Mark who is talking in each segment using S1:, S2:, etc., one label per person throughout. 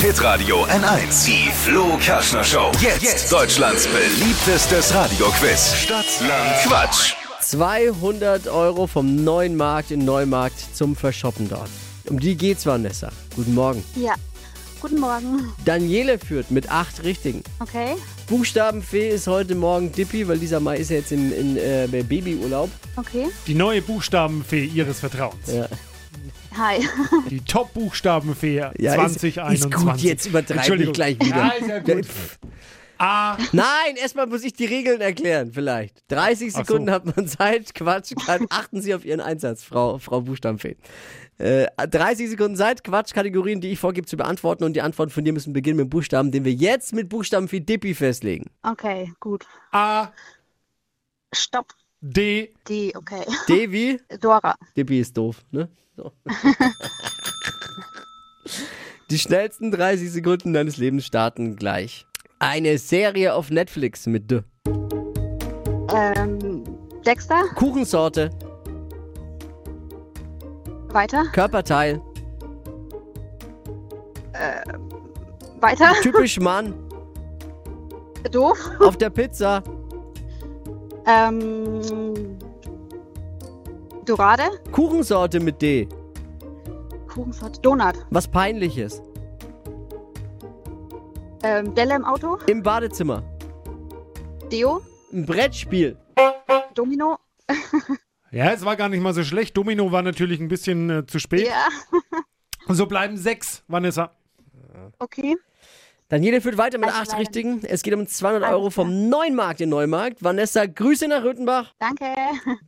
S1: Hitradio N1. Die Flo Kaschner Show. Jetzt, Deutschlands beliebtestes Radioquiz. Stadt, Land, Quatsch.
S2: 200 Euro vom neuen Markt in Neumarkt zum Verschoppen dort. Um die geht's, Vanessa. Guten Morgen.
S3: Ja. Guten Morgen.
S2: Daniele führt mit acht Richtigen.
S3: Okay.
S2: Buchstabenfee ist heute Morgen Dippi, weil Lisa Mai ist ja jetzt in, in äh, Babyurlaub.
S3: Okay.
S4: Die neue Buchstabenfee ihres Vertrauens.
S2: Ja.
S3: Hi.
S4: Die Top-Buchstabenfee
S2: Ja, ist-
S4: 2021.
S2: Ist gut, jetzt übertreib ich
S4: Entschuldigung.
S2: gleich wieder.
S4: Ja, ist ja gut. A,
S2: Nein, erstmal muss ich die Regeln erklären, vielleicht. 30
S4: Ach so.
S2: Sekunden hat man Zeit, quatschen kann. Achten Sie auf Ihren Einsatz, Frau, Frau Buchstabenfee. Äh, 30 Sekunden Zeit, Quatschkategorien, die ich vorgebe, zu beantworten. Und die Antworten von dir müssen beginnen mit Buchstaben, den wir jetzt mit Buchstaben für Dippi festlegen.
S3: Okay, gut.
S4: A,
S3: Stopp.
S4: D,
S3: Die, okay.
S2: D wie?
S3: Dora.
S2: Dippi ist doof, ne? So. Die schnellsten 30 Sekunden deines Lebens starten gleich. Eine Serie auf Netflix mit D.
S3: Ähm, Dexter.
S2: Kuchensorte,
S3: Weiter.
S2: Körperteil,
S3: Weiter.
S2: typisch Mann,
S3: Doof.
S2: auf der Pizza,
S3: Ähm, Dorade.
S2: Kuchensorte mit D.
S3: Kuchensorte. Donut.
S2: Was peinliches.
S3: Ähm, Delle im Auto.
S2: Im Badezimmer.
S3: Deo.
S2: Ein Brettspiel.
S3: Domino.
S4: Ja, es war gar nicht mal so schlecht. Domino war natürlich ein bisschen äh, zu spät.
S3: Ja.
S4: Und so bleiben sechs, Vanessa.
S3: Okay.
S2: Daniele führt weiter mit
S3: Also
S2: acht
S3: leider
S2: Richtigen. Es geht um 200
S3: Alles
S2: Euro vom neuen Markt in Neumarkt. Vanessa, Grüße nach Rüttenbach.
S3: Danke.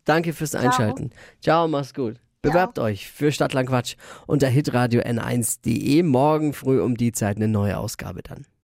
S2: Danke fürs Einschalten. Ciao, mach's gut. Bewerbt euch für Stadtlandquatsch unter hitradio n1.de. Morgen früh um die Zeit eine neue Ausgabe dann.